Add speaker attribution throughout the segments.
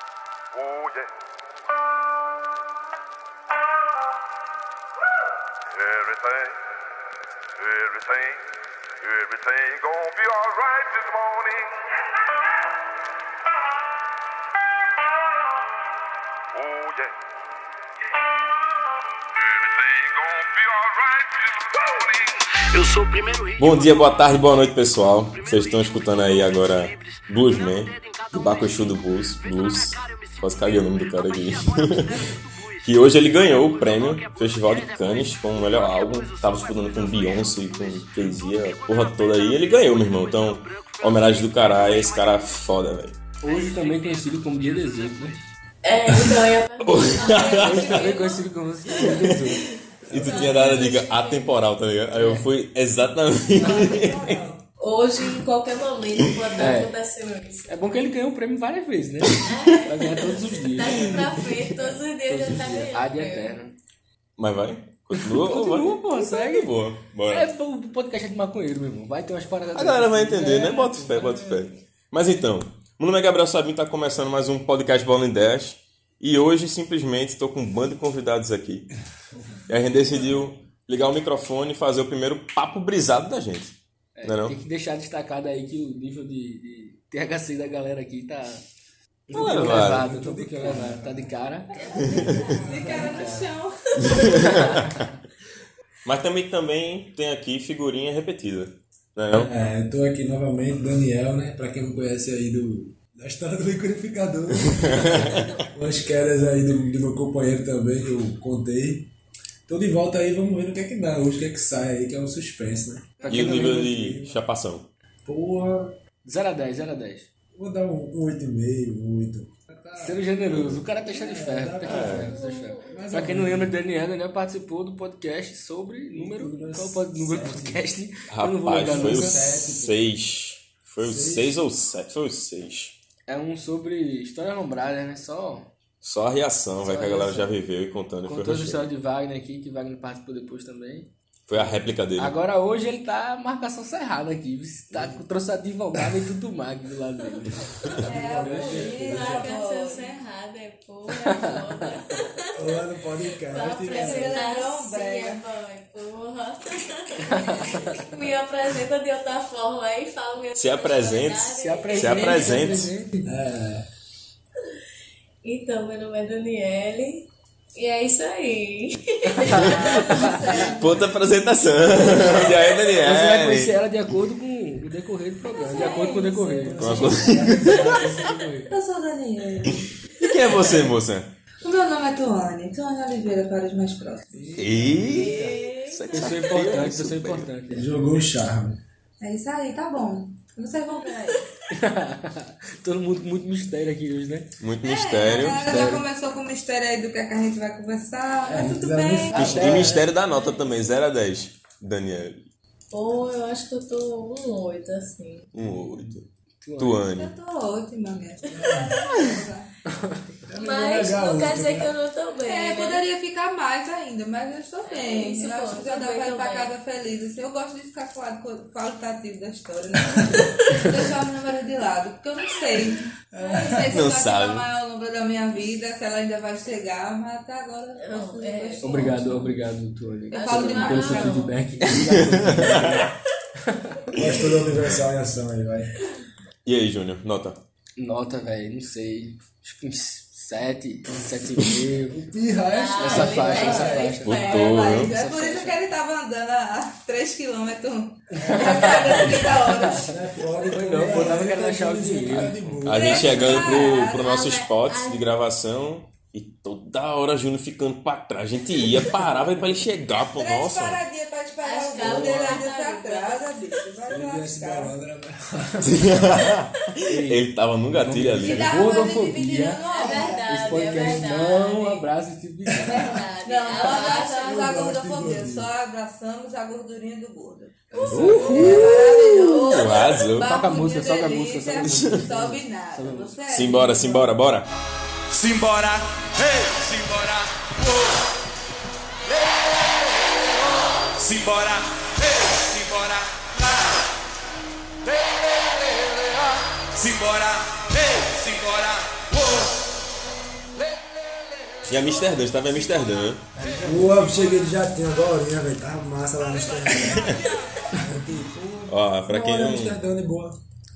Speaker 1: Oh yeah. Everything, everything, everything gonna be alright this morning. Oh yeah. Everything gonna be alright this morning.
Speaker 2: Eu sou o primeiro ritmo.
Speaker 3: Bom dia, boa tarde, boa noite, pessoal. Vocês estão escutando aí agora Bluesman, do
Speaker 2: um
Speaker 3: Bacuchu do Blues, Blues. Quase caguei o nome do cara aqui. que hoje ele ganhou o prêmio Festival
Speaker 2: é
Speaker 3: de
Speaker 2: assim,
Speaker 3: Cannes com o melhor álbum. Tava disputando com Beyoncé, com Kezia, a porra toda aí. Ele ganhou, meu irmão. Então, homenagem do caralho, esse cara é foda, velho.
Speaker 4: Hoje também conhecido como Dia 18, né?
Speaker 5: É, então eu ia perguntar.
Speaker 4: Hoje também é conhecido como Dia 18.
Speaker 3: E tu tinha dado a dica atemporal, tá ligado? Aí eu fui
Speaker 2: É.
Speaker 3: exatamente.
Speaker 5: Hoje, em qualquer momento, pode estar
Speaker 4: É.
Speaker 5: acontecendo isso.
Speaker 4: É bom que ele ganhou o prêmio várias vezes, né? Vai ganhar todos os dias.
Speaker 5: Daqui Tá pra frente, todos os dias
Speaker 4: Todos
Speaker 5: já
Speaker 4: os
Speaker 5: tá
Speaker 4: dias.
Speaker 5: ganhando.
Speaker 4: Ad
Speaker 5: meu.
Speaker 4: eterno.
Speaker 3: Mas vai? Continua? ou vai? tá
Speaker 4: Continua, pô, segue.
Speaker 3: De boa. Bora.
Speaker 4: É pô, o podcast é de maconheiro, meu irmão. Vai ter umas paradas.
Speaker 3: A galera vai
Speaker 4: dessas.
Speaker 3: entender,
Speaker 4: É,
Speaker 3: né? Bota fé, bota fé. Mas então, meu nome é Gabriel Sabino, tá começando mais um podcast Bola em 10. E hoje, simplesmente, estou com um bando de convidados aqui. E a gente decidiu ligar o microfone e fazer o primeiro papo brisado da gente. Não é não?
Speaker 4: Tem que deixar destacado aí que o nível de, de THC da galera aqui tá. Tá
Speaker 3: elevado.
Speaker 4: elevado, tá um pouquinho elevado. Tá de cara.
Speaker 5: De cara
Speaker 4: é
Speaker 5: no chão.
Speaker 3: Mas também, também tem aqui figurinha repetida. Não é não?
Speaker 6: É, eu tô aqui novamente, Daniel, né? Pra quem me conhece aí do, da história do liquidificador. Umas quedas aí do, do meu companheiro também, que eu contei. Tô de volta aí, vamos ver no que é que dá hoje, o que é que sai aí, que é um suspense, né?
Speaker 4: Pra
Speaker 3: E
Speaker 4: quem
Speaker 3: o
Speaker 4: não
Speaker 3: nível
Speaker 4: lembra,
Speaker 3: de chapação.
Speaker 6: Porra,
Speaker 4: 0 a 10, 0 a 10.
Speaker 6: vou dar um, um 8,5, um 8.
Speaker 4: Sendo generoso, o cara tá cheio de ferro. Tá cheio de
Speaker 3: É.
Speaker 4: ferro, tá cheio de ferro. Pra quem não lembra, Daniel, Daniel participou do podcast sobre número.
Speaker 6: Número
Speaker 4: Qual pod- número podcast? eu não vou
Speaker 3: Rapaz,
Speaker 4: lembrar
Speaker 3: foi o
Speaker 4: nunca.
Speaker 3: 6. Foi o 6 ou 7? Foi o 6.
Speaker 4: É um sobre história assombrada, né? Só
Speaker 3: Só a reação, vai
Speaker 4: a
Speaker 3: que a galera já
Speaker 4: reação.
Speaker 3: viveu e contando. e foi,
Speaker 4: contou a
Speaker 3: rochedo.
Speaker 4: história de Wagner aqui, que Wagner participou depois também.
Speaker 3: foi a réplica dele.
Speaker 4: Agora hoje ele tá marcação cerrada aqui. Tá, trouxe advogado e tudo mais do lado dele. é
Speaker 5: Marcação cerrada, é porra, é foda.
Speaker 6: Lá no podcast, né?
Speaker 5: Apresentaram assim, é bom, é porra. Me apresenta de outra forma aí, fala minha
Speaker 3: Se apresente.
Speaker 4: Se
Speaker 5: personalidade.
Speaker 4: apresente.
Speaker 3: Se apresente.
Speaker 4: se apresente.
Speaker 5: Então, meu nome é Daniele. E é isso aí.
Speaker 3: Puta apresentação. e aí, Daniel?
Speaker 4: Você vai conhecer ela de acordo com o decorrer do programa. De acordo com o decorrer.
Speaker 7: Eu sou a Daniela.
Speaker 3: E quem é você, moça?
Speaker 7: O meu nome é Tuane, Tuane Oliveira para os mais próximos.
Speaker 3: E...
Speaker 4: Pessoa é importante, pessoa importante.
Speaker 6: jogou o charme.
Speaker 7: É isso aí, tá bom. Vocês vão ver aí.
Speaker 4: Todo mundo com muito mistério aqui hoje, né?
Speaker 3: Muito mistério.
Speaker 7: A galera É, já começou com o mistério aí do que, é que a gente vai conversar, mas tudo bem. Ah,
Speaker 3: Mis- E mistério da nota também, 0 a 10. Daniel,
Speaker 5: Pô, eu acho que eu tô um oito, assim.
Speaker 3: um 8. Tuane.
Speaker 7: Eu tô ótima mesmo.
Speaker 4: É.
Speaker 5: Mas
Speaker 6: legal,
Speaker 5: não quer
Speaker 6: né?
Speaker 5: dizer que eu não tô bem.
Speaker 7: É,
Speaker 5: né?
Speaker 7: poderia ficar mais ainda, mas eu estou bem.
Speaker 5: É, isso,
Speaker 7: eu
Speaker 5: pô,
Speaker 7: acho que já dá
Speaker 5: também
Speaker 7: pra ir
Speaker 5: tô
Speaker 7: pra
Speaker 5: bem.
Speaker 7: casa feliz. Assim, eu gosto de ficar com o lado qualitativo da história, né? Vou Deixar os números de lado, porque eu não sei. Eu não sei se
Speaker 3: Não
Speaker 7: vai
Speaker 3: sabe.
Speaker 7: ser o maior número da minha vida, se ela ainda vai chegar, mas até agora eu
Speaker 5: Não,
Speaker 7: posso
Speaker 5: é.
Speaker 7: dizer que eu
Speaker 4: Obrigado, obrigado, Tuane.
Speaker 7: Eu falo demais.
Speaker 4: Pelo seu feedback.
Speaker 6: Mas todo universal em ação aí, vai.
Speaker 3: E aí, Júnior? Nota.
Speaker 4: Nota, velho, não sei. Acho que uns 7, 7,5.
Speaker 6: Pirras.
Speaker 4: Essa
Speaker 5: ele
Speaker 4: faixa,
Speaker 5: é
Speaker 4: essa
Speaker 5: velho,
Speaker 4: faixa.
Speaker 5: ele é
Speaker 3: Botou,
Speaker 5: velho.
Speaker 3: viu?
Speaker 7: estou. É por isso que ele tava andando a 3km a cada 30 horas.
Speaker 6: É foda.
Speaker 4: Foi não, pô, tava querendo achar o dinheiro.
Speaker 3: A gente chegando pro, pro nosso spot de gravação e toda hora Júnior ficando pra trás. A gente ia, parava pra ele chegar, pô.
Speaker 7: Três
Speaker 3: Nossa.
Speaker 7: paradinhas pra esperar
Speaker 5: As
Speaker 7: o
Speaker 5: calças
Speaker 7: bolo, ele ainda se
Speaker 5: guardadas.
Speaker 7: atrasa, bicho. Vai
Speaker 6: Esse
Speaker 7: lascar.
Speaker 6: malandro é
Speaker 3: Ele tava num gatilho ali.
Speaker 7: Se dá pra fazer
Speaker 4: Gordofobia.
Speaker 7: dividindo no
Speaker 5: É
Speaker 7: ombro.
Speaker 5: verdade,
Speaker 4: Esse
Speaker 5: é
Speaker 4: podcast
Speaker 5: verdade.
Speaker 4: não abraça esse tipo de
Speaker 5: É verdade.
Speaker 7: Não, não
Speaker 5: Ela
Speaker 7: abraçamos a
Speaker 6: gosto de
Speaker 7: gordofobia,
Speaker 6: gordura.
Speaker 7: só abraçamos a gordurinha do gordo. é
Speaker 3: Uhul, arrasou.
Speaker 4: Toca a
Speaker 7: Papo
Speaker 4: música,
Speaker 7: de
Speaker 4: sobe a
Speaker 7: delícia,
Speaker 4: música, sobe a música.
Speaker 7: Sobe nada. Você é
Speaker 3: Simbora,
Speaker 7: lindo.
Speaker 3: simbora, bora.
Speaker 8: Simbora, hey, simbora, oh. Hey, oh. simbora, hey, simbora, lá. Hey, hey, hey, hey, ah. simbora, hey, simbora, oh.
Speaker 3: Em Amsterdã, estava em Amsterdã.
Speaker 6: Boa, cheguei de jatinho agora, velho. Tava massa lá no Amsterdã.
Speaker 3: Ó, pra quem
Speaker 6: Olha,
Speaker 3: não,
Speaker 6: Amsterdã de boa.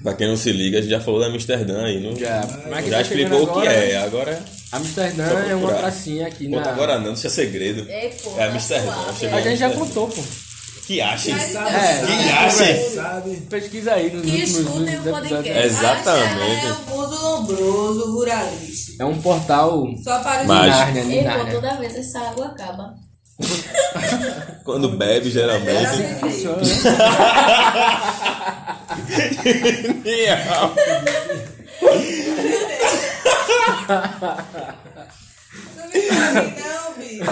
Speaker 3: pra quem não se liga, a gente já falou da Amsterdã aí, não?
Speaker 4: Já, mas quem
Speaker 3: Já
Speaker 4: tá
Speaker 3: explicou
Speaker 4: chegando
Speaker 3: o que
Speaker 4: agora, né?
Speaker 3: é, agora
Speaker 4: Amsterdã
Speaker 3: Só
Speaker 4: é uma
Speaker 3: procurar.
Speaker 4: pracinha aqui na.
Speaker 3: conta agora não, isso é segredo.
Speaker 5: Ei, pô,
Speaker 3: É
Speaker 5: tá
Speaker 3: Amsterdã.
Speaker 5: suave,
Speaker 3: chegou
Speaker 4: A
Speaker 3: em
Speaker 4: gente já
Speaker 3: Amsterdã.
Speaker 4: contou, pô.
Speaker 3: Que achem.
Speaker 4: É,
Speaker 3: Que achem.
Speaker 6: Sabe?
Speaker 4: pesquisa aí nos
Speaker 5: Que
Speaker 4: últimos nos
Speaker 5: escutem o
Speaker 4: episódios. é
Speaker 5: podcast. É
Speaker 3: Exatamente.
Speaker 7: É um mundo lombroso, ruralista.
Speaker 4: É um portal né,
Speaker 7: Só para os
Speaker 3: Mas-
Speaker 7: Mas...
Speaker 4: Nárnia,
Speaker 5: Ei,
Speaker 4: de
Speaker 5: pô,
Speaker 4: Nárnia.
Speaker 5: toda vez essa água acaba.
Speaker 3: Quando bebe, geralmente.
Speaker 4: Funciona,
Speaker 3: Genial.
Speaker 7: Não me fale não, bicho.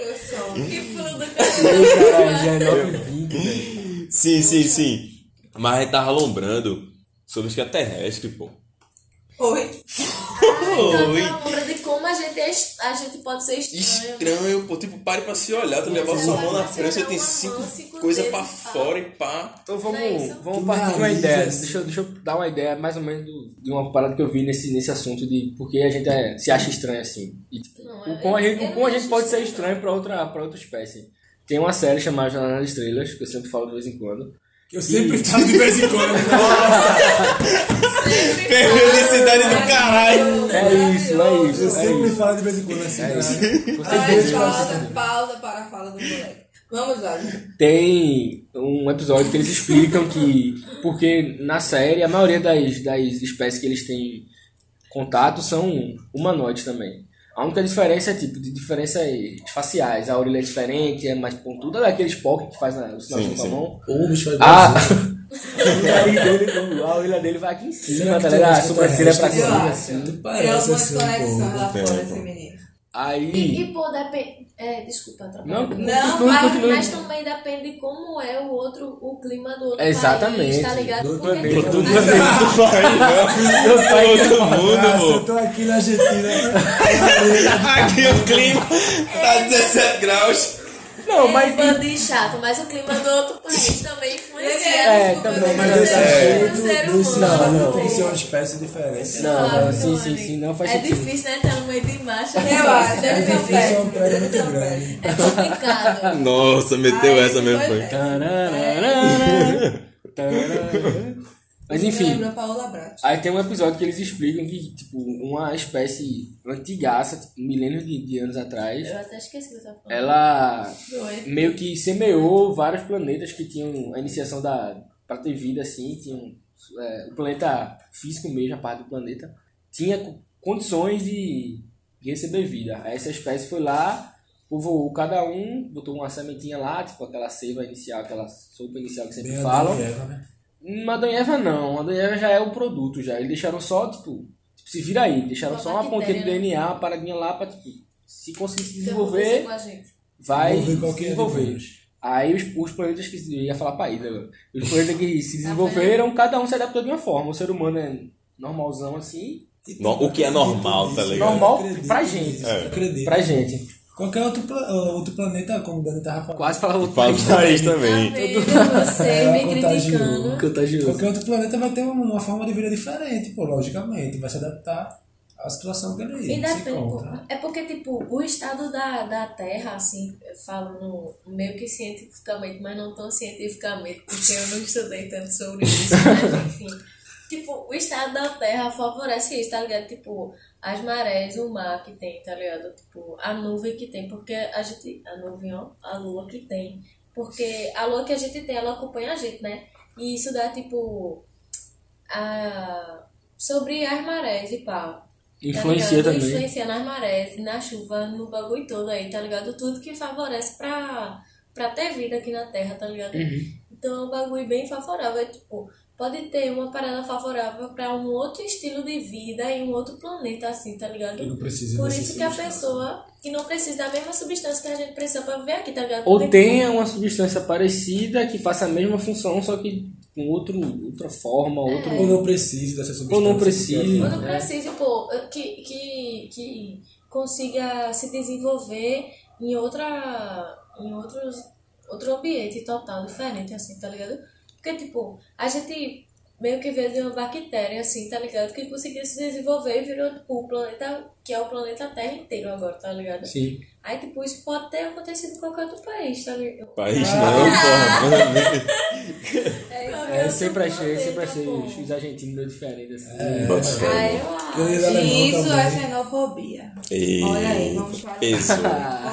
Speaker 7: Eu sou.
Speaker 5: Que fruta
Speaker 4: né? Já é 9h20.
Speaker 3: Sim, sim, sim. Mas a gente tava alombrando sobre os extraterrestres, pô.
Speaker 7: Oi.
Speaker 3: Oi.
Speaker 5: Então, lembra de como a gente, é, est- a gente pode ser estranho.
Speaker 3: Estranho, pô. Tipo, pare pra se olhar. Tu leva sua mão
Speaker 5: é
Speaker 3: na frente, você tem cinco coisas pra fora e pá.
Speaker 4: Então
Speaker 5: Não é
Speaker 4: vamos,
Speaker 5: isso?
Speaker 4: vamos partir de uma
Speaker 6: Nariz,
Speaker 4: ideia.
Speaker 6: assim.
Speaker 4: Deixa, eu- deixa eu dar uma ideia mais ou menos do- de uma parada que eu vi nesse, nesse assunto de por que a gente é- se acha estranho assim. E, tipo,
Speaker 5: Não,
Speaker 4: o quão a
Speaker 5: eu-
Speaker 4: gente,
Speaker 5: eu
Speaker 4: o quão a
Speaker 5: não
Speaker 4: gente
Speaker 5: acho
Speaker 4: pode ser
Speaker 5: estranho.
Speaker 4: estranho pra outra, pra outra espécie. Tem uma série chamada Jornada nas Estrelas, que eu sempre falo de vez em quando.
Speaker 6: Eu sempre tava de vez em quando. né?
Speaker 3: Felicidade do caralho.
Speaker 4: É isso, é isso.
Speaker 6: Eu
Speaker 4: É
Speaker 6: sempre
Speaker 4: isso.
Speaker 6: falo de vez em quando assim. né?
Speaker 7: Mas pausa, pausa para a fala do moleque. Vamos lá.
Speaker 4: Tem um episódio que eles explicam que. Porque na série a maioria das, das espécies que eles têm contato são humanoides também. A única diferença é tipo de diferenças faciais. A orelha é diferente, é mais pontuda, é aquele Spock que faz na, o sinal
Speaker 3: Sim,
Speaker 4: com a
Speaker 3: sim.
Speaker 4: mão.
Speaker 6: Ou o bicho vai
Speaker 4: Ah!
Speaker 6: dar
Speaker 4: a, orelha dele, a orelha dele vai aqui em
Speaker 6: Será
Speaker 4: cima,
Speaker 6: que
Speaker 4: tá
Speaker 6: tem
Speaker 4: ligado? A
Speaker 6: um
Speaker 4: sobrancelha pra
Speaker 7: Eu
Speaker 4: cima,
Speaker 7: acho.
Speaker 4: assim.
Speaker 7: Tem
Speaker 6: parece
Speaker 7: alguma
Speaker 6: assim, pô.
Speaker 7: conexão lá
Speaker 3: Tem,
Speaker 7: fora,
Speaker 3: pô.
Speaker 7: esse menino.
Speaker 5: E,
Speaker 4: Aí.
Speaker 5: e pô, depende. É, desculpa,
Speaker 4: Não,
Speaker 5: atrapalhar.
Speaker 4: não,
Speaker 7: vai,
Speaker 5: Mas,
Speaker 4: continua.
Speaker 5: mas também depende de como é o outro, o clima do outro
Speaker 4: Exatamente. é
Speaker 5: país, tá ligado?
Speaker 4: Do
Speaker 5: Porque
Speaker 4: planeta.
Speaker 5: tem-
Speaker 4: Do
Speaker 3: Tu vai, não. Todo
Speaker 6: Ah, se
Speaker 3: mundo,
Speaker 6: eu
Speaker 3: pô.
Speaker 6: tô aqui na Argentina. né?
Speaker 4: Ah,
Speaker 3: Aqui o clima tá 17 graus.
Speaker 4: Não,
Speaker 5: É um
Speaker 4: mas.
Speaker 5: bandinho chato, mas o clima do outro país também assim, influencia.
Speaker 7: É,
Speaker 5: no
Speaker 4: também,
Speaker 5: clima
Speaker 4: mas
Speaker 5: do
Speaker 4: esse
Speaker 5: ser-
Speaker 6: é
Speaker 5: do
Speaker 6: do-
Speaker 5: ser
Speaker 6: do
Speaker 5: humano.
Speaker 6: sinal,
Speaker 7: não.
Speaker 6: Isso é uma espécie diferente. né?
Speaker 4: Não,
Speaker 5: Suave,
Speaker 4: não, sim, sim,
Speaker 5: Tony.
Speaker 4: sim, não faz
Speaker 5: É
Speaker 4: sentido.
Speaker 5: difícil, né? Tá no meio de marcha.
Speaker 7: Eu acho,
Speaker 6: É
Speaker 7: deve ser um
Speaker 6: difícil, é um
Speaker 7: pé.
Speaker 6: prédio muito grande.
Speaker 5: É complicado.
Speaker 3: Nossa, meteu
Speaker 7: Ai,
Speaker 3: essa mesmo,
Speaker 7: foi-
Speaker 3: foi.
Speaker 4: Ah, Tarararara, tarararara. Mas enfim,
Speaker 7: Lembra Paola Brat.
Speaker 4: aí tem um episódio que eles explicam que, tipo, uma espécie antigaça, tipo, milênios de, de anos atrás,
Speaker 5: Eu até esqueci o que eu tava falando.
Speaker 4: ela
Speaker 5: Doido.
Speaker 4: meio que semeou vários planetas que tinham a iniciação da. pra ter vida assim, tinham. é, o planeta físico mesmo, a parte do planeta, tinha co- condições de de receber vida. Aí essa espécie foi lá, povoou cada um, botou uma sementinha lá, tipo aquela seiva inicial, aquela sopa inicial que sempre
Speaker 6: Bem
Speaker 4: falam.
Speaker 6: Adão e Eva, né?
Speaker 4: Uma Adão e Eva não, a Adão e Eva já é o produto já. Eles deixaram só, tipo, tipo, se vira aí, deixaram
Speaker 5: Uma
Speaker 4: só uma pontinha
Speaker 5: bactéria,
Speaker 4: de
Speaker 5: né?
Speaker 4: DNA, uma paradinha lá pra, tipo, se conseguir se
Speaker 5: Então,
Speaker 4: desenvolver,
Speaker 5: com a gente.
Speaker 4: vai
Speaker 6: Envolver
Speaker 4: se
Speaker 6: qualquer
Speaker 4: desenvolver. Aí os, os planetas que se- eu ia falar país agora. Os planetas que se desenvolveram, cada um se adaptou de uma forma. O ser humano é normalzão assim,
Speaker 3: No- o que é normal, tá ligado?
Speaker 4: Normal
Speaker 6: Acredito
Speaker 4: pra
Speaker 6: nisso,
Speaker 4: gente.
Speaker 3: É.
Speaker 6: Acredito.
Speaker 4: pra gente.
Speaker 6: Qualquer outro, pla- outro planeta, como o Dani tava falando.
Speaker 4: Quase falar outro
Speaker 3: Fala
Speaker 4: país.
Speaker 3: pra eles também.
Speaker 5: Tá Vendo você
Speaker 6: Ela
Speaker 5: me
Speaker 6: contagiou.
Speaker 5: criticando.
Speaker 4: Contagioso.
Speaker 6: Qualquer outro planeta vai ter um, uma forma de vida diferente, pô, logicamente. Vai se adaptar à situação que ele
Speaker 5: E
Speaker 6: se
Speaker 5: depende, pô.
Speaker 6: encontra. né?
Speaker 5: É porque, tipo, o estado da, da Terra, assim, falando meio que cientificamente, mas não tão cientificamente, porque eu não estudei tanto sobre isso, mas enfim. Tipo, o estado da Terra favorece isso, tá ligado? Tipo, as marés, o mar que tem, tá ligado? Tipo, a nuvem que tem, porque a gente. A nuvem, ó, a lua que tem. Porque a lua que a gente tem, ela acompanha a gente, né? E isso dá, tipo. A... Sobre as marés e pau. Tá
Speaker 4: Influencia
Speaker 5: ligado?
Speaker 4: também.
Speaker 5: Influencia nas marés, na chuva, no bagulho todo aí, tá ligado? Tudo que favorece pra, pra ter vida aqui na Terra, tá ligado?
Speaker 4: Uhum.
Speaker 5: Então é um bagulho bem favorável. é tipo, pode ter uma parada favorável pra um outro estilo de vida em um outro planeta, assim, tá ligado?
Speaker 6: Eu não preciso
Speaker 5: Por
Speaker 6: dessa
Speaker 5: isso que a
Speaker 6: substância.
Speaker 5: pessoa que não precisa da mesma substância que a gente precisa pra viver aqui, tá ligado?
Speaker 4: Ou
Speaker 5: Porque-
Speaker 4: tenha uma substância parecida que faça a mesma função, só que com outro, outra forma, outro.
Speaker 6: Ou não precisa dessa substância.
Speaker 4: Ou não precisa.
Speaker 5: Eu não
Speaker 4: né?
Speaker 5: preciso, pô, que, que, que consiga se desenvolver em outra. em outros, outro ambiente total diferente, assim, tá ligado? Porque, tipo, a gente meio que veio de uma bactéria, assim, tá ligado? Que conseguiu se desenvolver e virou o planeta, que é o planeta Terra inteiro agora, tá ligado?
Speaker 4: Sim.
Speaker 5: Aí, tipo, isso pode ter acontecido em qualquer outro país, tá ligado?
Speaker 3: País não, porra.
Speaker 5: É,
Speaker 4: É, eu sempre achei, sempre achei os, os argentinos meio diferentes. Assim.
Speaker 6: É.
Speaker 3: Bota fé.
Speaker 5: Aí tipo, é, eu
Speaker 6: Ele
Speaker 5: acho.
Speaker 6: era alemão
Speaker 7: Isso
Speaker 6: também.
Speaker 7: é
Speaker 6: então, né?
Speaker 7: xenofobia.
Speaker 3: Eita,
Speaker 7: Olha aí, vamos falar.
Speaker 3: Peso.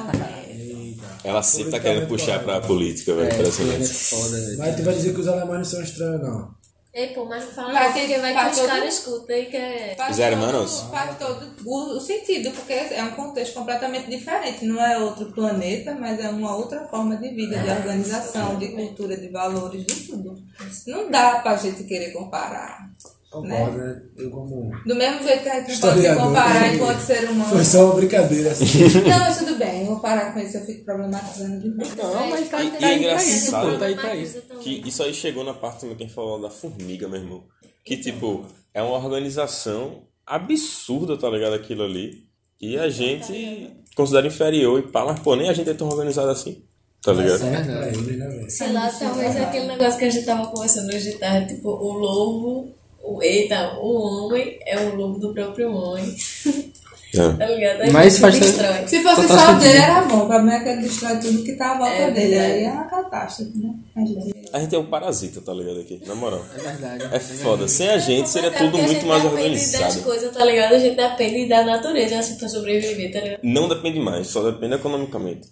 Speaker 7: Correto.
Speaker 3: Ela sempre tá querendo puxar pra política, velho.
Speaker 4: É,
Speaker 3: Impressionante.
Speaker 4: é foda, velho.
Speaker 6: Mas tu vai dizer que os alemães não são estranhos,
Speaker 7: Né?
Speaker 6: não.
Speaker 5: Ei, pô, mas não fala
Speaker 7: Vai
Speaker 5: não,
Speaker 7: ter-
Speaker 5: porque vai
Speaker 7: vai
Speaker 5: que os
Speaker 7: todo-
Speaker 5: caras escutam e que é...
Speaker 7: Faz
Speaker 3: Os hermanos?
Speaker 7: todo- Faz todo o, o sentido, porque é um contexto completamente diferente. Não é outro planeta, mas é uma outra forma de vida, de organização, de cultura, de valores, de tudo. Não dá pra gente querer comparar.
Speaker 6: Concordo, né? Eu como...
Speaker 7: Do mesmo jeito que a gente não pode se
Speaker 6: Historiador. né?
Speaker 7: comparar enquanto ser humano.
Speaker 6: Foi só uma brincadeira, assim.
Speaker 7: Não, mas tudo bem, eu vou parar com isso, eu fico problematizando demais.
Speaker 4: Não, mas tá,
Speaker 3: E-
Speaker 4: tá
Speaker 3: e é
Speaker 4: aí pra isso,
Speaker 3: engraçado
Speaker 4: pô. Tá aí pra isso.
Speaker 3: Que isso aí chegou na parte também que a gente falou da formiga, meu irmão. Que, tipo, é uma organização absurda, tá ligado? Aquilo ali. E a gente considera inferior e pá, mas pô, nem a gente é tão organizado assim. Tá ligado?
Speaker 6: Certo pra ele, né, velho?
Speaker 5: Sei lá, talvez aquele negócio que a gente tava conversando hoje de tarde, tipo, o lobo, o, eita, o homem é o lobo do próprio homem,
Speaker 3: É.
Speaker 5: tá ligado? Aí
Speaker 4: Mas
Speaker 5: se
Speaker 4: faz-
Speaker 5: destrói.
Speaker 7: Se fosse
Speaker 4: Total
Speaker 7: só
Speaker 4: sentido.
Speaker 7: o dele, era bom. O problema é que ele destrói tudo que tá à volta
Speaker 5: É,
Speaker 7: dele.
Speaker 5: verdade.
Speaker 7: Aí é uma catástrofe, né? A gente-
Speaker 3: A gente é um parasita, tá ligado? Aqui, na moral.
Speaker 4: É verdade.
Speaker 3: É foda. Sem a gente seria
Speaker 5: Mas é
Speaker 3: tudo
Speaker 5: porque a
Speaker 3: muito
Speaker 5: gente
Speaker 3: mais
Speaker 5: depende Das
Speaker 3: organizado.
Speaker 5: coisas, tá ligado? A gente depende da natureza assim pra sobreviver, tá ligado?
Speaker 3: Não depende mais, só depende economicamente.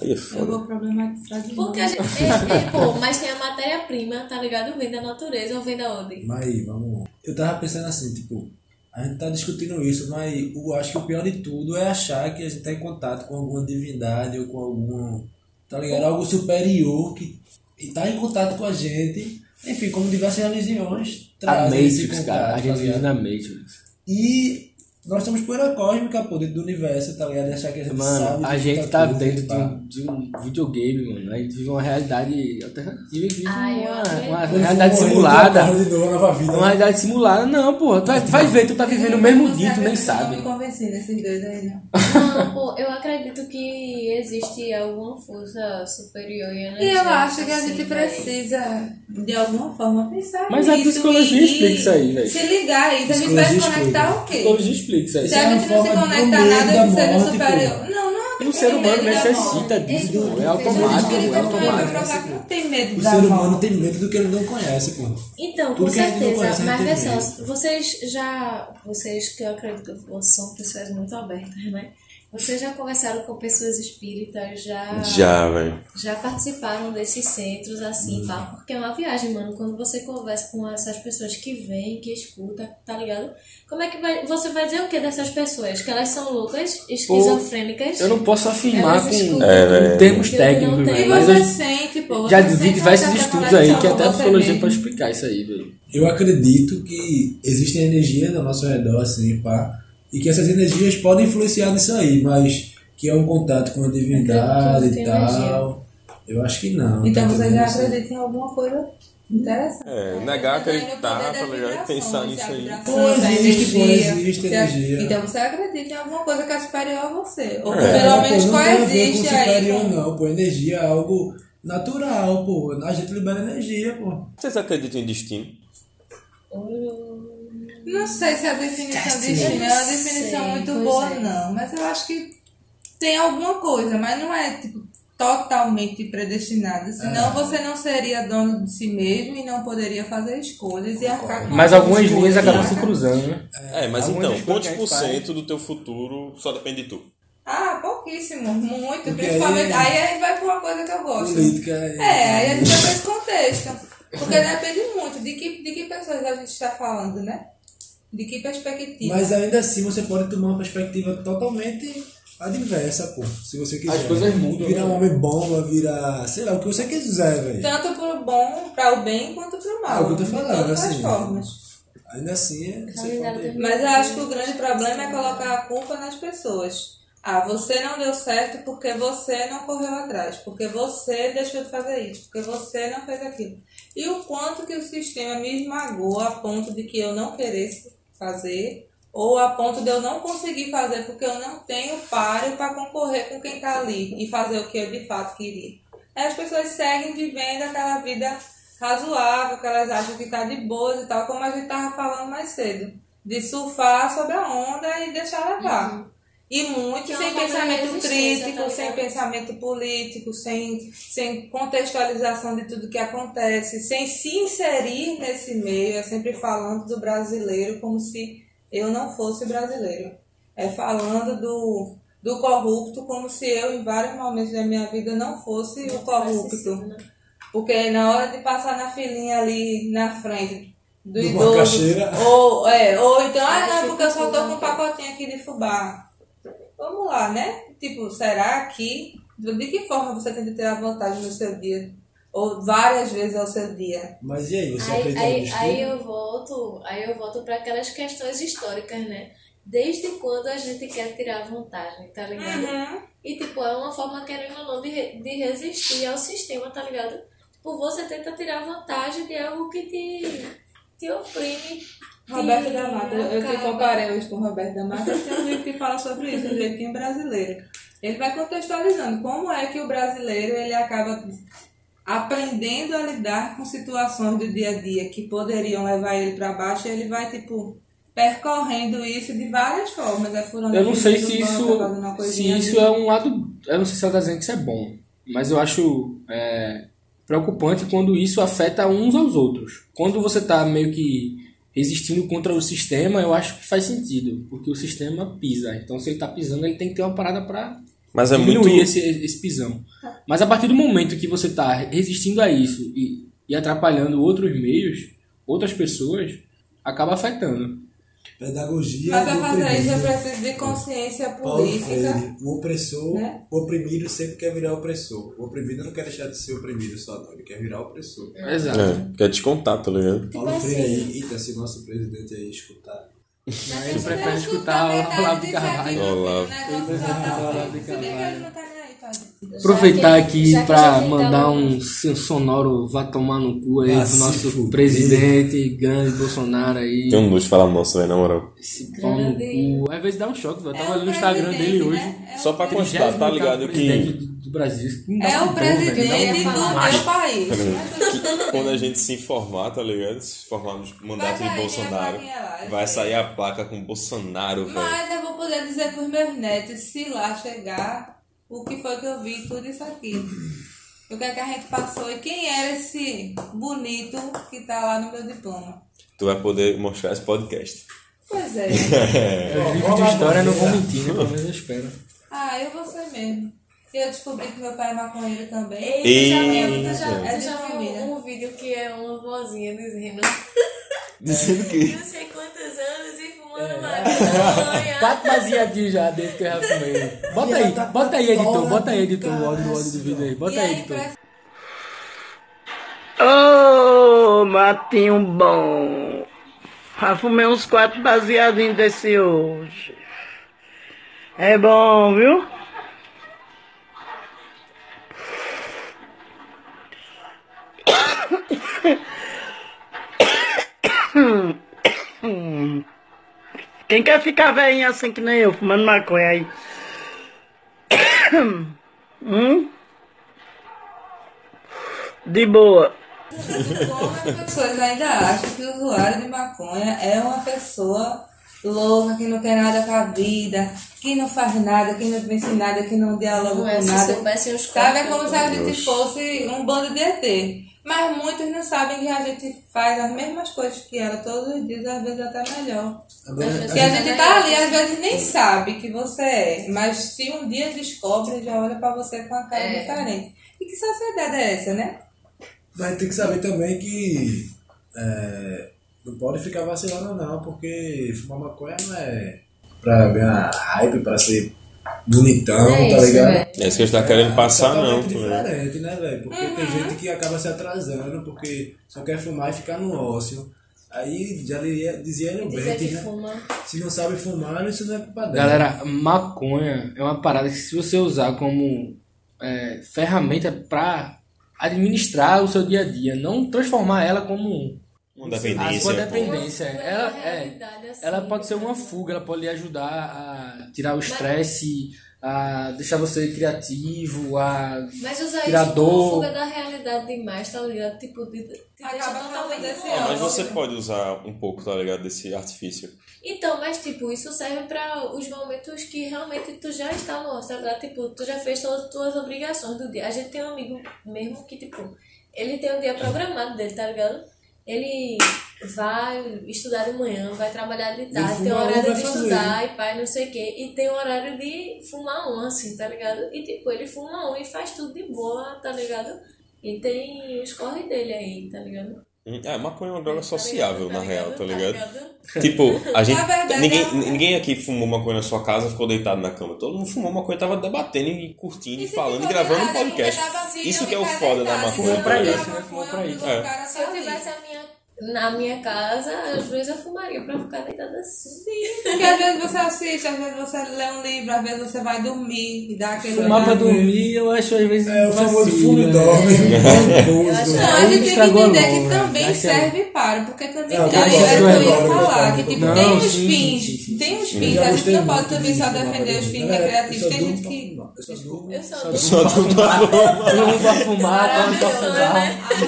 Speaker 3: Aí é
Speaker 7: Eu
Speaker 3: foda.
Speaker 7: vou problematizar de novo.
Speaker 5: Porque a gente. É, é, pô, mas tem a matéria-prima, tá ligado? Vem da natureza ou vem da onde?
Speaker 6: Mas aí, vamos. Eu tava pensando assim, tipo, a gente tá discutindo isso, mas eu acho que o pior de tudo é achar que a gente tá em contato com alguma divindade ou com algum. Tá ligado? Algo superior que e tá em contato com a gente. Enfim, como diversas religiões
Speaker 4: A
Speaker 6: trazem esse
Speaker 4: Matrix,
Speaker 6: contato.
Speaker 4: cara. A
Speaker 6: tá
Speaker 4: gente vive
Speaker 6: ligado?
Speaker 4: na Matrix.
Speaker 6: E nós estamos poeira cósmica, pô, dentro do universo, tá ligado? E achar que a gente sabe.
Speaker 4: Mano,
Speaker 6: de
Speaker 4: a
Speaker 6: muita
Speaker 4: gente tá
Speaker 6: coisa,
Speaker 4: dentro de
Speaker 6: pá.
Speaker 4: um, de um videogame, mano. A gente vive uma realidade alternativa, vive
Speaker 5: Ai, eu
Speaker 4: uma,
Speaker 5: acredito.
Speaker 4: uma
Speaker 6: Quando for
Speaker 4: realidade
Speaker 6: morrer,
Speaker 4: simulada.
Speaker 6: acorda de novo, a nova vida. né?
Speaker 4: Uma realidade simulada, não, porra. Tu vai, tu vai ver, tu tá vivendo o mesmo dia, tu nem sabe.
Speaker 7: Eu não me convenci nesses dois aí, não.
Speaker 5: Não, pô, eu acredito que existe alguma força superior e
Speaker 7: E
Speaker 5: energética,
Speaker 7: eu acho que a gente
Speaker 5: assim, né?
Speaker 7: precisa, de alguma forma, pensar
Speaker 4: Mas a
Speaker 7: nisso.
Speaker 4: psicologia
Speaker 7: e-
Speaker 4: explica isso aí,
Speaker 7: e
Speaker 4: velho.
Speaker 7: Se ligar aí, se a gente vai
Speaker 6: Psicologia
Speaker 7: se conectar o quê?
Speaker 4: Hoje explica isso aí.
Speaker 7: Se a gente
Speaker 6: Isso é
Speaker 7: não
Speaker 6: uma forma
Speaker 7: se
Speaker 6: de
Speaker 7: conectar
Speaker 6: medo
Speaker 7: nada
Speaker 6: da
Speaker 7: do ser
Speaker 6: morte,
Speaker 7: superior.
Speaker 6: pô.
Speaker 7: Não, não.
Speaker 4: E o Um ser humano
Speaker 7: necessita
Speaker 4: necessita disso, pô. É automático, é automático. Um
Speaker 7: Não tem medo
Speaker 6: O
Speaker 7: da
Speaker 6: ser humano
Speaker 7: morte.
Speaker 6: tem medo do que ele não conhece, pô.
Speaker 5: Então,
Speaker 6: Tudo
Speaker 5: com
Speaker 6: que a gente não
Speaker 5: certeza.
Speaker 6: conhece, a gente
Speaker 5: Mas
Speaker 6: tem
Speaker 5: vê só,
Speaker 6: medo.
Speaker 5: vocês já. Vocês que eu acredito que vocês são pessoas muito abertas, né? Vocês já conversaram com pessoas espíritas, já.
Speaker 3: Já, velho.
Speaker 5: já participaram desses centros, assim, pá, porque é uma viagem, mano. Quando você conversa com essas pessoas que vêm, que escuta, tá ligado? Como é que vai. Você vai dizer o que dessas pessoas? Que elas são loucas, esquizofrênicas.
Speaker 4: Eu não posso afirmar
Speaker 5: Elas
Speaker 4: com,
Speaker 5: escutam.
Speaker 3: É, velho.
Speaker 4: com termos
Speaker 5: Eu não
Speaker 4: técnicos,
Speaker 5: tenho.
Speaker 7: E
Speaker 4: velho. Mas
Speaker 7: você
Speaker 4: eu
Speaker 7: sente, pô.
Speaker 4: já
Speaker 7: você
Speaker 4: vi
Speaker 7: sente
Speaker 4: diversos
Speaker 7: essa
Speaker 4: estudos aí
Speaker 7: conexão
Speaker 4: que
Speaker 7: com
Speaker 4: até a
Speaker 7: você
Speaker 4: psicologia
Speaker 7: mesmo.
Speaker 4: pode explicar isso aí, velho.
Speaker 6: Eu acredito que existem energias ao nosso redor, assim, pá, e que essas energias podem influenciar nisso aí, mas que é um contato com a divindade
Speaker 5: Acredito que tem
Speaker 6: e tal. Eu acho que não.
Speaker 7: Então
Speaker 6: tá
Speaker 7: você
Speaker 6: entendendo?
Speaker 7: já acredita em alguma
Speaker 4: É.
Speaker 7: coisa interessante.
Speaker 3: É, negar,
Speaker 7: Você ganha o
Speaker 3: acreditar,
Speaker 7: poder
Speaker 3: tá
Speaker 7: da
Speaker 3: ligado? Pensar
Speaker 7: vibração,
Speaker 3: nisso
Speaker 7: se a
Speaker 3: aí.
Speaker 7: vibração
Speaker 6: Pô,
Speaker 7: da
Speaker 6: é, existe, pô,
Speaker 7: energia.
Speaker 6: existe
Speaker 7: Se a-
Speaker 6: energia.
Speaker 7: Então você acredita em alguma coisa que é superior a você. Ou
Speaker 3: É,
Speaker 7: pelo menos
Speaker 6: pô, não tem a ver com
Speaker 7: coexiste aí.
Speaker 6: superior,
Speaker 7: com-
Speaker 6: não, pô. Energia é algo natural, pô. A gente libera energia, pô.
Speaker 3: Vocês acreditam em destino?
Speaker 7: Não sei se a definição de destino é uma definição
Speaker 5: Sei,
Speaker 7: muito
Speaker 5: pois
Speaker 7: boa,
Speaker 5: é.
Speaker 7: não. Mas eu acho que tem alguma coisa, mas não é tipo, totalmente predestinado.
Speaker 6: É.
Speaker 7: Senão você não seria dono de si mesmo e não poderia fazer escolhas e arcar com
Speaker 4: Mas algumas linhas
Speaker 7: escolhas,
Speaker 4: acabam se
Speaker 7: saca?
Speaker 4: cruzando, né?
Speaker 3: É, mas
Speaker 4: Aonde
Speaker 3: então,
Speaker 4: as coisas
Speaker 3: quantos
Speaker 4: que a
Speaker 3: por
Speaker 4: gente faz?
Speaker 3: cento do teu futuro só depende de tu?
Speaker 7: Ah, pouquíssimo, muito.
Speaker 6: Porque aí-
Speaker 7: principalmente. Aí... a gente vai pra uma coisa que eu gosto.
Speaker 6: Política
Speaker 7: É, aí a gente vai pra esse contexto. Porque depende muito de que, de que pessoas a gente está falando, né? De que perspectiva.
Speaker 6: Mas ainda assim você pode tomar uma perspectiva totalmente adversa, pô. Se você quiser.
Speaker 4: As coisas mudam,
Speaker 6: Virar
Speaker 4: né?
Speaker 6: um homem bomba, virar. sei lá, o que você quiser, velho.
Speaker 7: Tanto pro bom, para o bem, quanto pro mal.
Speaker 6: É o que eu tô
Speaker 7: De
Speaker 6: falando,
Speaker 7: todas
Speaker 6: assim.
Speaker 7: as formas.
Speaker 6: Ainda assim é. Você pode...
Speaker 7: Mas eu acho que o grande problema é colocar a culpa nas pessoas. Ah, você não deu certo porque você não correu atrás, porque você deixou de fazer isso, porque você não fez aquilo. E o quanto que o sistema me esmagou a ponto de que eu não queresse fazer, ou a ponto de eu não conseguir fazer porque eu não tenho páreo para concorrer com quem tá ali e fazer o que eu de fato queria. Aí as pessoas seguem vivendo aquela vida razoável, que elas acham que tá de boas e tal, como a gente tava falando mais cedo. De surfar sobre a onda e deixar levar. E muito
Speaker 5: Uhum. Que é uma
Speaker 7: sem
Speaker 5: forma de
Speaker 7: pensamento
Speaker 5: resistência,
Speaker 7: crítico,
Speaker 5: tá
Speaker 7: sem
Speaker 5: ligado?
Speaker 7: pensamento político, sem, sem contextualização de tudo que acontece, sem se inserir nesse meio, é sempre falando do brasileiro como se eu não fosse brasileiro. É falando do, do corrupto como se eu, em vários momentos da minha vida, não fosse o
Speaker 6: é
Speaker 5: né?
Speaker 7: corrupto. Porque na hora de passar na filinha ali na frente do
Speaker 6: Do
Speaker 7: idoso.
Speaker 6: macaxeira.
Speaker 7: Ou, é, ou então, ah, não,
Speaker 5: Macaxeira
Speaker 7: porque eu só tô com um
Speaker 5: com
Speaker 7: pacotinho aqui de fubá. Vamos lá, né? Tipo, será que. De que forma você tem que ter a vantagem no seu dia? Ou várias vezes ao seu dia?
Speaker 6: Mas e aí, você
Speaker 5: Aí,
Speaker 6: acredita no
Speaker 5: aí,
Speaker 6: destino?
Speaker 5: aí eu volto, aí eu volto para aquelas questões históricas, né? Desde quando a gente quer tirar vantagem, tá ligado?
Speaker 7: Uhum.
Speaker 5: E, tipo, é uma forma, querendo ou não, de, re- de resistir ao sistema, tá ligado? Tipo, você tenta tirar vantagem de algo que te, te oprime.
Speaker 7: Roberto
Speaker 5: te
Speaker 7: da Mata, eu eu te
Speaker 5: acaba.
Speaker 7: comparei hoje com o Roberto da Mata, tem um livro que fala sobre isso, um jeitinho brasileiro. Ele vai contextualizando como é que o brasileiro ele acaba aprendendo a lidar com situações do dia a dia que poderiam levar ele para baixo, e ele vai tipo percorrendo isso de várias formas, é furando
Speaker 4: Eu não sei
Speaker 7: vidro,
Speaker 4: se
Speaker 7: banca,
Speaker 4: isso,
Speaker 7: fazendo uma
Speaker 4: se
Speaker 7: coisinha
Speaker 4: isso
Speaker 7: ali.
Speaker 4: é um lado. Eu não sei se eu tô dizendo que isso é bom, mas eu acho é, preocupante quando isso afeta uns aos outros. Quando você tá meio que resistindo contra o sistema, eu acho que faz sentido, porque o sistema pisa. Então, se ele tá pisando, ele tem que ter uma parada pra
Speaker 3: Mas é
Speaker 4: diminuir
Speaker 3: muito.
Speaker 4: esse, esse pisão. Mas a partir do momento que você está resistindo a isso e, e atrapalhando outros meios, outras pessoas, acaba afetando.
Speaker 6: Pedagogia
Speaker 7: Mas pra
Speaker 6: do
Speaker 7: fazer isso eu
Speaker 6: oprimido.
Speaker 7: preciso de consciência
Speaker 6: Paulo
Speaker 7: política.
Speaker 6: Freire, o opressor,
Speaker 7: né?
Speaker 6: o oprimido sempre quer virar opressor. O oprimido não quer deixar de ser oprimido só, não. Ele quer virar opressor.
Speaker 4: Exato.
Speaker 3: É, quer descontar, tá ligado?
Speaker 6: Paulo
Speaker 5: Tipo assim-
Speaker 6: Freire aí, eita, se nosso presidente aí escutar.
Speaker 4: Né? Ele prefere escutar o Olavo de Carvalho.
Speaker 3: Olavo.
Speaker 7: né? tá assim.
Speaker 4: Aproveitar
Speaker 5: Já que-
Speaker 4: aqui
Speaker 5: já que a
Speaker 4: para
Speaker 5: gente tá
Speaker 4: mandar
Speaker 5: no-
Speaker 4: um sen- sonoro vá tomar no cu aí
Speaker 6: Ah,
Speaker 4: pro
Speaker 6: se
Speaker 4: nosso
Speaker 6: fuder.
Speaker 4: presidente grande Bolsonaro aí.
Speaker 3: Tem um nojo falar nossa, velho, na moral.
Speaker 4: Esse pau no
Speaker 5: Grande.
Speaker 4: cu. Às vezes dá um choque, velho. Eu tava
Speaker 7: É
Speaker 4: ali
Speaker 7: o
Speaker 4: no Instagram
Speaker 7: presidente,
Speaker 4: dele hoje.
Speaker 7: né? É o
Speaker 3: Só pra constar,
Speaker 4: 38º
Speaker 3: tá ligado que
Speaker 4: presidente do- do Brasil. Isso não dá
Speaker 7: É o
Speaker 4: pra pôr, velho. Dá um
Speaker 7: presidente
Speaker 5: Não,
Speaker 7: do
Speaker 5: não, não.
Speaker 7: meu país.
Speaker 3: quando a gente se informar, tá ligado? Se informar nos mandatos de
Speaker 7: cair,
Speaker 3: Bolsonaro,
Speaker 7: vai cair né, lá,
Speaker 3: vai
Speaker 7: isso aí.
Speaker 3: sair a placa com Bolsonaro, velho.
Speaker 7: Mas eu vou poder dizer pros meus netos, se lá chegar, o que foi que eu vi, tudo isso aqui. O que é que a gente passou e quem era esse bonito que tá lá no meu diploma.
Speaker 3: Tu vai poder mostrar esse podcast.
Speaker 7: Pois é.
Speaker 4: É, Os livros de história não vão mentir, né? Pelo menos eu espero.
Speaker 7: Ah, eu vou ser mesmo. E eu descobri que meu pai é maconheiro também.
Speaker 5: Ei, tu já viu,
Speaker 3: Eita.
Speaker 5: tu já, tu já viu
Speaker 7: Família.
Speaker 5: um vídeo que é uma vozinha dizendo
Speaker 3: Dizendo que.
Speaker 5: não sei quantos anos e fumando maconha.
Speaker 4: Quatro baseadinhos já desde que eu já fumei. Bota
Speaker 6: Ela
Speaker 4: aí,
Speaker 6: tá
Speaker 4: bota aí, editor,
Speaker 6: toda
Speaker 4: bota aí, editor, o
Speaker 6: cara,
Speaker 4: áudio, o áudio do vídeo aí.
Speaker 7: e
Speaker 4: Bota
Speaker 7: a
Speaker 4: aí, editor.
Speaker 7: impressão
Speaker 2: Ô, matinho bom. Já fumei uns quatro baseadinhos desse hoje. É bom, viu? Quem quer ficar velhinho assim que nem eu, fumando maconha aí? Hum? De boa.
Speaker 7: Como as pessoas ainda acham que o usuário de maconha é uma pessoa louca, que não quer nada com a vida, que não faz nada, que não vence nada, que não dialoga
Speaker 5: Não é,
Speaker 7: com
Speaker 5: se
Speaker 7: nada.
Speaker 5: soubessem os
Speaker 7: Sabe, é
Speaker 5: corpos,
Speaker 7: como se a gente fosse um bando de ET. Mas muitos não sabem que a gente faz as mesmas coisas que ela todos os dias, às vezes até melhor.
Speaker 6: Agora,
Speaker 5: é
Speaker 7: Que a gente tá ali,
Speaker 5: assim.
Speaker 7: às vezes nem sabe que você é, mas se um dia descobre, já olha pra você com uma cara
Speaker 5: É.
Speaker 7: diferente. E que sociedade é essa, né?
Speaker 6: Mas tem que saber também que é, não pode ficar vacilando não, porque fumar maconha não é pra ganhar hype, pra ser bonitão,
Speaker 5: É
Speaker 6: tá
Speaker 5: isso,
Speaker 6: ligado?
Speaker 5: velho.
Speaker 3: É isso que a gente tá querendo passar, não,
Speaker 6: totalmente
Speaker 3: tá ligado?
Speaker 6: diferente, né, velho? Porque
Speaker 7: Uhum.
Speaker 6: tem gente que acaba se atrasando porque só quer fumar e ficar no ócio. Aí já diria, dizia ele
Speaker 5: Dizer
Speaker 6: bem,
Speaker 5: que
Speaker 6: né?
Speaker 5: fuma.
Speaker 6: Se não sabe fumar, isso não é culpa dela.
Speaker 4: Galera, maconha é uma parada que se você usar como é, ferramenta pra administrar o seu dia a dia, não transformar ela como
Speaker 3: Uma
Speaker 4: a sua
Speaker 3: dependência. pô.
Speaker 4: dependência.
Speaker 5: Uma fuga
Speaker 4: Ela,
Speaker 5: da
Speaker 4: é,
Speaker 5: realidade, assim.
Speaker 4: ela pode ser uma fuga, ela pode lhe ajudar a tirar o estresse, a deixar você criativo, a.
Speaker 5: Mas usar isso
Speaker 4: Criador.
Speaker 5: como fuga da realidade demais, tá ligado? Tipo, de, te
Speaker 7: Acaba
Speaker 5: deixa
Speaker 7: fazendo
Speaker 5: totalmente
Speaker 7: esse
Speaker 5: maluco.
Speaker 3: Ah, mas você pode usar um pouco, tá ligado? Desse artifício.
Speaker 5: Então, mas tipo, isso serve pra os momentos que realmente tu já está no ócio, tá ligado? Tipo, tu já fez todas as tuas obrigações do dia. A gente tem um amigo mesmo que, tipo, ele tem um dia programado dele, tá ligado? Ele vai estudar de manhã, vai trabalhar de
Speaker 6: E
Speaker 5: tarde,
Speaker 6: fumar
Speaker 5: tem um
Speaker 6: um
Speaker 5: horário
Speaker 6: vai
Speaker 5: de
Speaker 6: fazer.
Speaker 5: estudar e pai, não sei o quê, e tem um horário de fumar um, assim, tá ligado? E tipo, ele fuma um e faz tudo de boa, tá ligado? E tem os corre dele aí, tá ligado?
Speaker 3: Hum, É, maconha é uma droga
Speaker 5: Tá
Speaker 3: sociável,
Speaker 5: ligado?
Speaker 3: na
Speaker 5: Tá
Speaker 3: real, tá ligado?
Speaker 5: ligado?
Speaker 3: Tipo, a gente.
Speaker 7: Na verdade,
Speaker 3: ninguém,
Speaker 7: é-
Speaker 3: ninguém aqui fumou maconha na sua casa, ficou deitado na cama. Todo mundo fumou maconha, tava debatendo e curtindo, e
Speaker 7: se
Speaker 3: falando e
Speaker 7: ficou
Speaker 3: gravando um
Speaker 7: deitado,
Speaker 3: podcast.
Speaker 7: fica vazio,
Speaker 3: Isso que é o
Speaker 7: fica
Speaker 3: foda da
Speaker 7: deitado,
Speaker 3: maconha,
Speaker 7: fica
Speaker 3: tá
Speaker 4: pra
Speaker 3: ligado?
Speaker 4: isso, né? Fumou pra isso.
Speaker 7: fica cara
Speaker 5: Se eu
Speaker 7: feliz.
Speaker 5: tivesse a minha, na minha casa, às vezes eu fumaria pra ficar deitada assim.
Speaker 7: Porque às vezes você assiste, às vezes você lê um livro, às vezes você vai dormir e dá aquele.
Speaker 4: Fumar pra dormir, eu acho às vezes.
Speaker 6: É o famoso
Speaker 4: vacilo,
Speaker 6: fume
Speaker 4: né?
Speaker 6: dorme.
Speaker 5: Eu acho-
Speaker 7: Não, a
Speaker 4: Aí
Speaker 7: gente tem que
Speaker 4: estragou a
Speaker 7: entender que
Speaker 4: logo,
Speaker 7: também
Speaker 4: né?
Speaker 7: serve para, porque também
Speaker 6: Não,
Speaker 7: tem,
Speaker 6: eu
Speaker 7: é
Speaker 6: gosto,
Speaker 7: o que
Speaker 6: eu
Speaker 7: eu ia
Speaker 6: adoro,
Speaker 7: falar, que
Speaker 6: eu
Speaker 7: tipo,
Speaker 4: adoro.
Speaker 7: tem
Speaker 4: Não,
Speaker 7: os
Speaker 4: sim,
Speaker 7: fins,
Speaker 4: sim, sim,
Speaker 7: tem os
Speaker 6: Eu
Speaker 7: fins,
Speaker 6: já
Speaker 7: a gente
Speaker 6: gostei
Speaker 7: não
Speaker 6: muito
Speaker 7: pode também
Speaker 6: de
Speaker 7: só
Speaker 4: né?
Speaker 6: fumar
Speaker 7: defender os fins
Speaker 6: maconha. É,
Speaker 7: recreativos,
Speaker 6: eu
Speaker 7: tem
Speaker 6: só
Speaker 7: gente
Speaker 6: durmo pra
Speaker 7: que...
Speaker 6: fumar, eu só durmo.
Speaker 5: Eu só
Speaker 3: Só tá do bagulho.
Speaker 4: Todo mundo pra fumar, todo mundo pra
Speaker 7: Ah, é,
Speaker 5: Maravilhoso,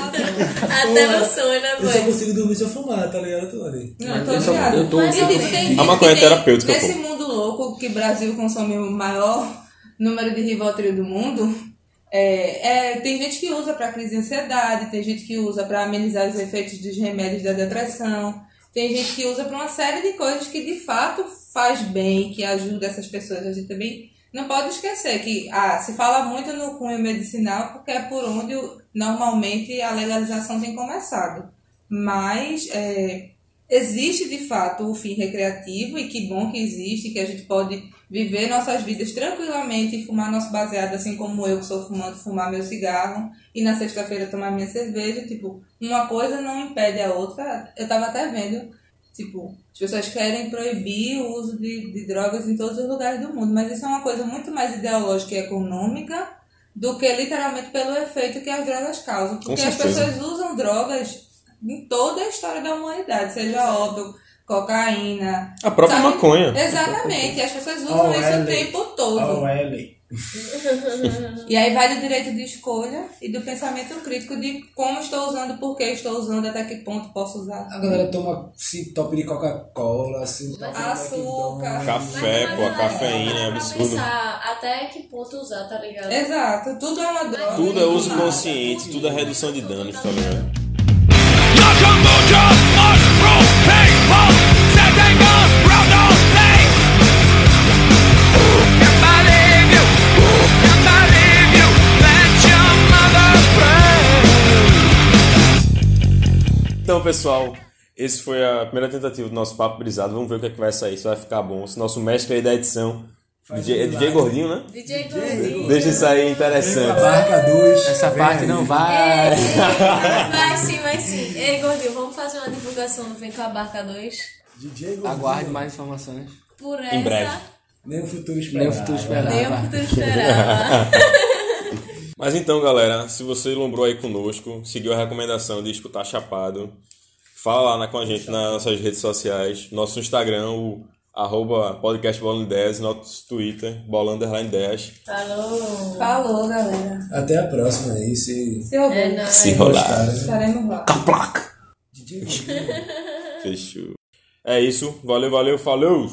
Speaker 4: fumar.
Speaker 5: né? Até no sonho, né,
Speaker 6: Eu só
Speaker 5: mãe?
Speaker 6: consigo dormir se eu fumar, tá ligado, Tony?
Speaker 7: Não,
Speaker 4: Eu
Speaker 7: tô
Speaker 4: só-
Speaker 7: ligado.
Speaker 4: eu tô-
Speaker 7: Mas,
Speaker 5: eu tô-
Speaker 7: tipo, tem
Speaker 5: A
Speaker 7: gente que
Speaker 3: maconha é
Speaker 7: tem-
Speaker 3: terapêutica, pô.
Speaker 7: Nesse mundo louco que o Brasil consome o maior número de Rivotril do mundo, é, é, tem gente que usa pra crise de ansiedade, tem gente que usa pra amenizar os efeitos dos remédios da depressão, tem gente que usa pra uma série de coisas que de fato faz bem, que ajuda essas pessoas. A gente também não pode esquecer que ah, se fala muito no cunho medicinal porque é por onde o- normalmente a legalização tem começado. Mas é, existe de fato o fim recreativo e que bom que existe, que a gente pode viver nossas vidas tranquilamente e fumar nosso baseado, assim como eu que sou fumante, fumar meu cigarro e na sexta-feira tomar minha cerveja. Tipo, uma coisa não impede a outra. Eu tava até vendo, tipo, as pessoas querem proibir o uso de, de drogas em todos os lugares do mundo, mas isso é uma coisa muito mais ideológica e econômica do que literalmente pelo efeito que as drogas causam. Porque as
Speaker 3: certeza.
Speaker 7: pessoas usam drogas em toda a história da humanidade, seja óbvio, cocaína.
Speaker 3: A própria
Speaker 7: sabe?
Speaker 3: maconha.
Speaker 7: Exatamente, as pessoas usam
Speaker 6: Oh,
Speaker 7: isso
Speaker 6: é,
Speaker 7: o
Speaker 6: Lei.
Speaker 7: tempo todo.
Speaker 6: Oh, Ellen.
Speaker 7: E aí vai do direito de escolha e do pensamento crítico de como estou usando, por que estou usando, até que ponto posso usar.
Speaker 6: A galera toma esse top de Coca-Cola, se top de
Speaker 7: Açúcar.
Speaker 6: McDonald's.
Speaker 3: Café,
Speaker 5: Mas,
Speaker 3: pô, a
Speaker 5: mas,
Speaker 3: cafeína é
Speaker 5: pra
Speaker 3: absurdo.
Speaker 5: pensar até que ponto usar, tá ligado?
Speaker 7: Exato, tudo é uma droga.
Speaker 3: Tudo é uso
Speaker 7: Nada.
Speaker 3: consciente, tudo é redução de danos, tá ligado? Então, pessoal, esse foi a primeira tentativa do nosso papo brisado. Vamos ver o que, é que vai sair, se vai ficar bom. Se nosso mestre aí da edição,
Speaker 6: Faz
Speaker 3: DJ, é
Speaker 6: um
Speaker 3: DJ
Speaker 6: milagre.
Speaker 3: Gordinho, né?
Speaker 5: DJ Gordinho.
Speaker 3: Deixa isso aí
Speaker 6: Vem pra
Speaker 3: interessante.
Speaker 6: barca dois.
Speaker 4: Essa
Speaker 6: Vem
Speaker 4: parte
Speaker 6: aí.
Speaker 4: não
Speaker 5: Ei,
Speaker 4: vai.
Speaker 5: ei, É, Vai sim, vai sim. Ei, Gordinho, vamos fazer uma divulgação do Vem com a Barca 2?
Speaker 6: DJ Gordinho.
Speaker 4: Aguarde mais informações.
Speaker 5: Por essa,
Speaker 3: Em breve.
Speaker 6: Nem o futuro
Speaker 4: Nem
Speaker 6: esperava.
Speaker 4: o futuro
Speaker 5: nem o
Speaker 4: esperava.
Speaker 5: futuro esperava.
Speaker 3: Mas então, galera, se você lombrou aí conosco, seguiu a recomendação de escutar Chapado, fala lá na- com a gente nas nossas redes sociais, nosso Instagram, o arroba podcast Bolando 10, nosso Twitter, Bolando 10.
Speaker 5: Falou.
Speaker 7: Falou, galera.
Speaker 6: Até a próxima aí, se
Speaker 7: Se eu
Speaker 5: É
Speaker 7: ver,
Speaker 5: nóis.
Speaker 3: rolar.
Speaker 6: gostarem.
Speaker 7: estaremos lá.
Speaker 6: DJ Gordinho.
Speaker 3: Fechou. É isso. Valeu, valeu, falou!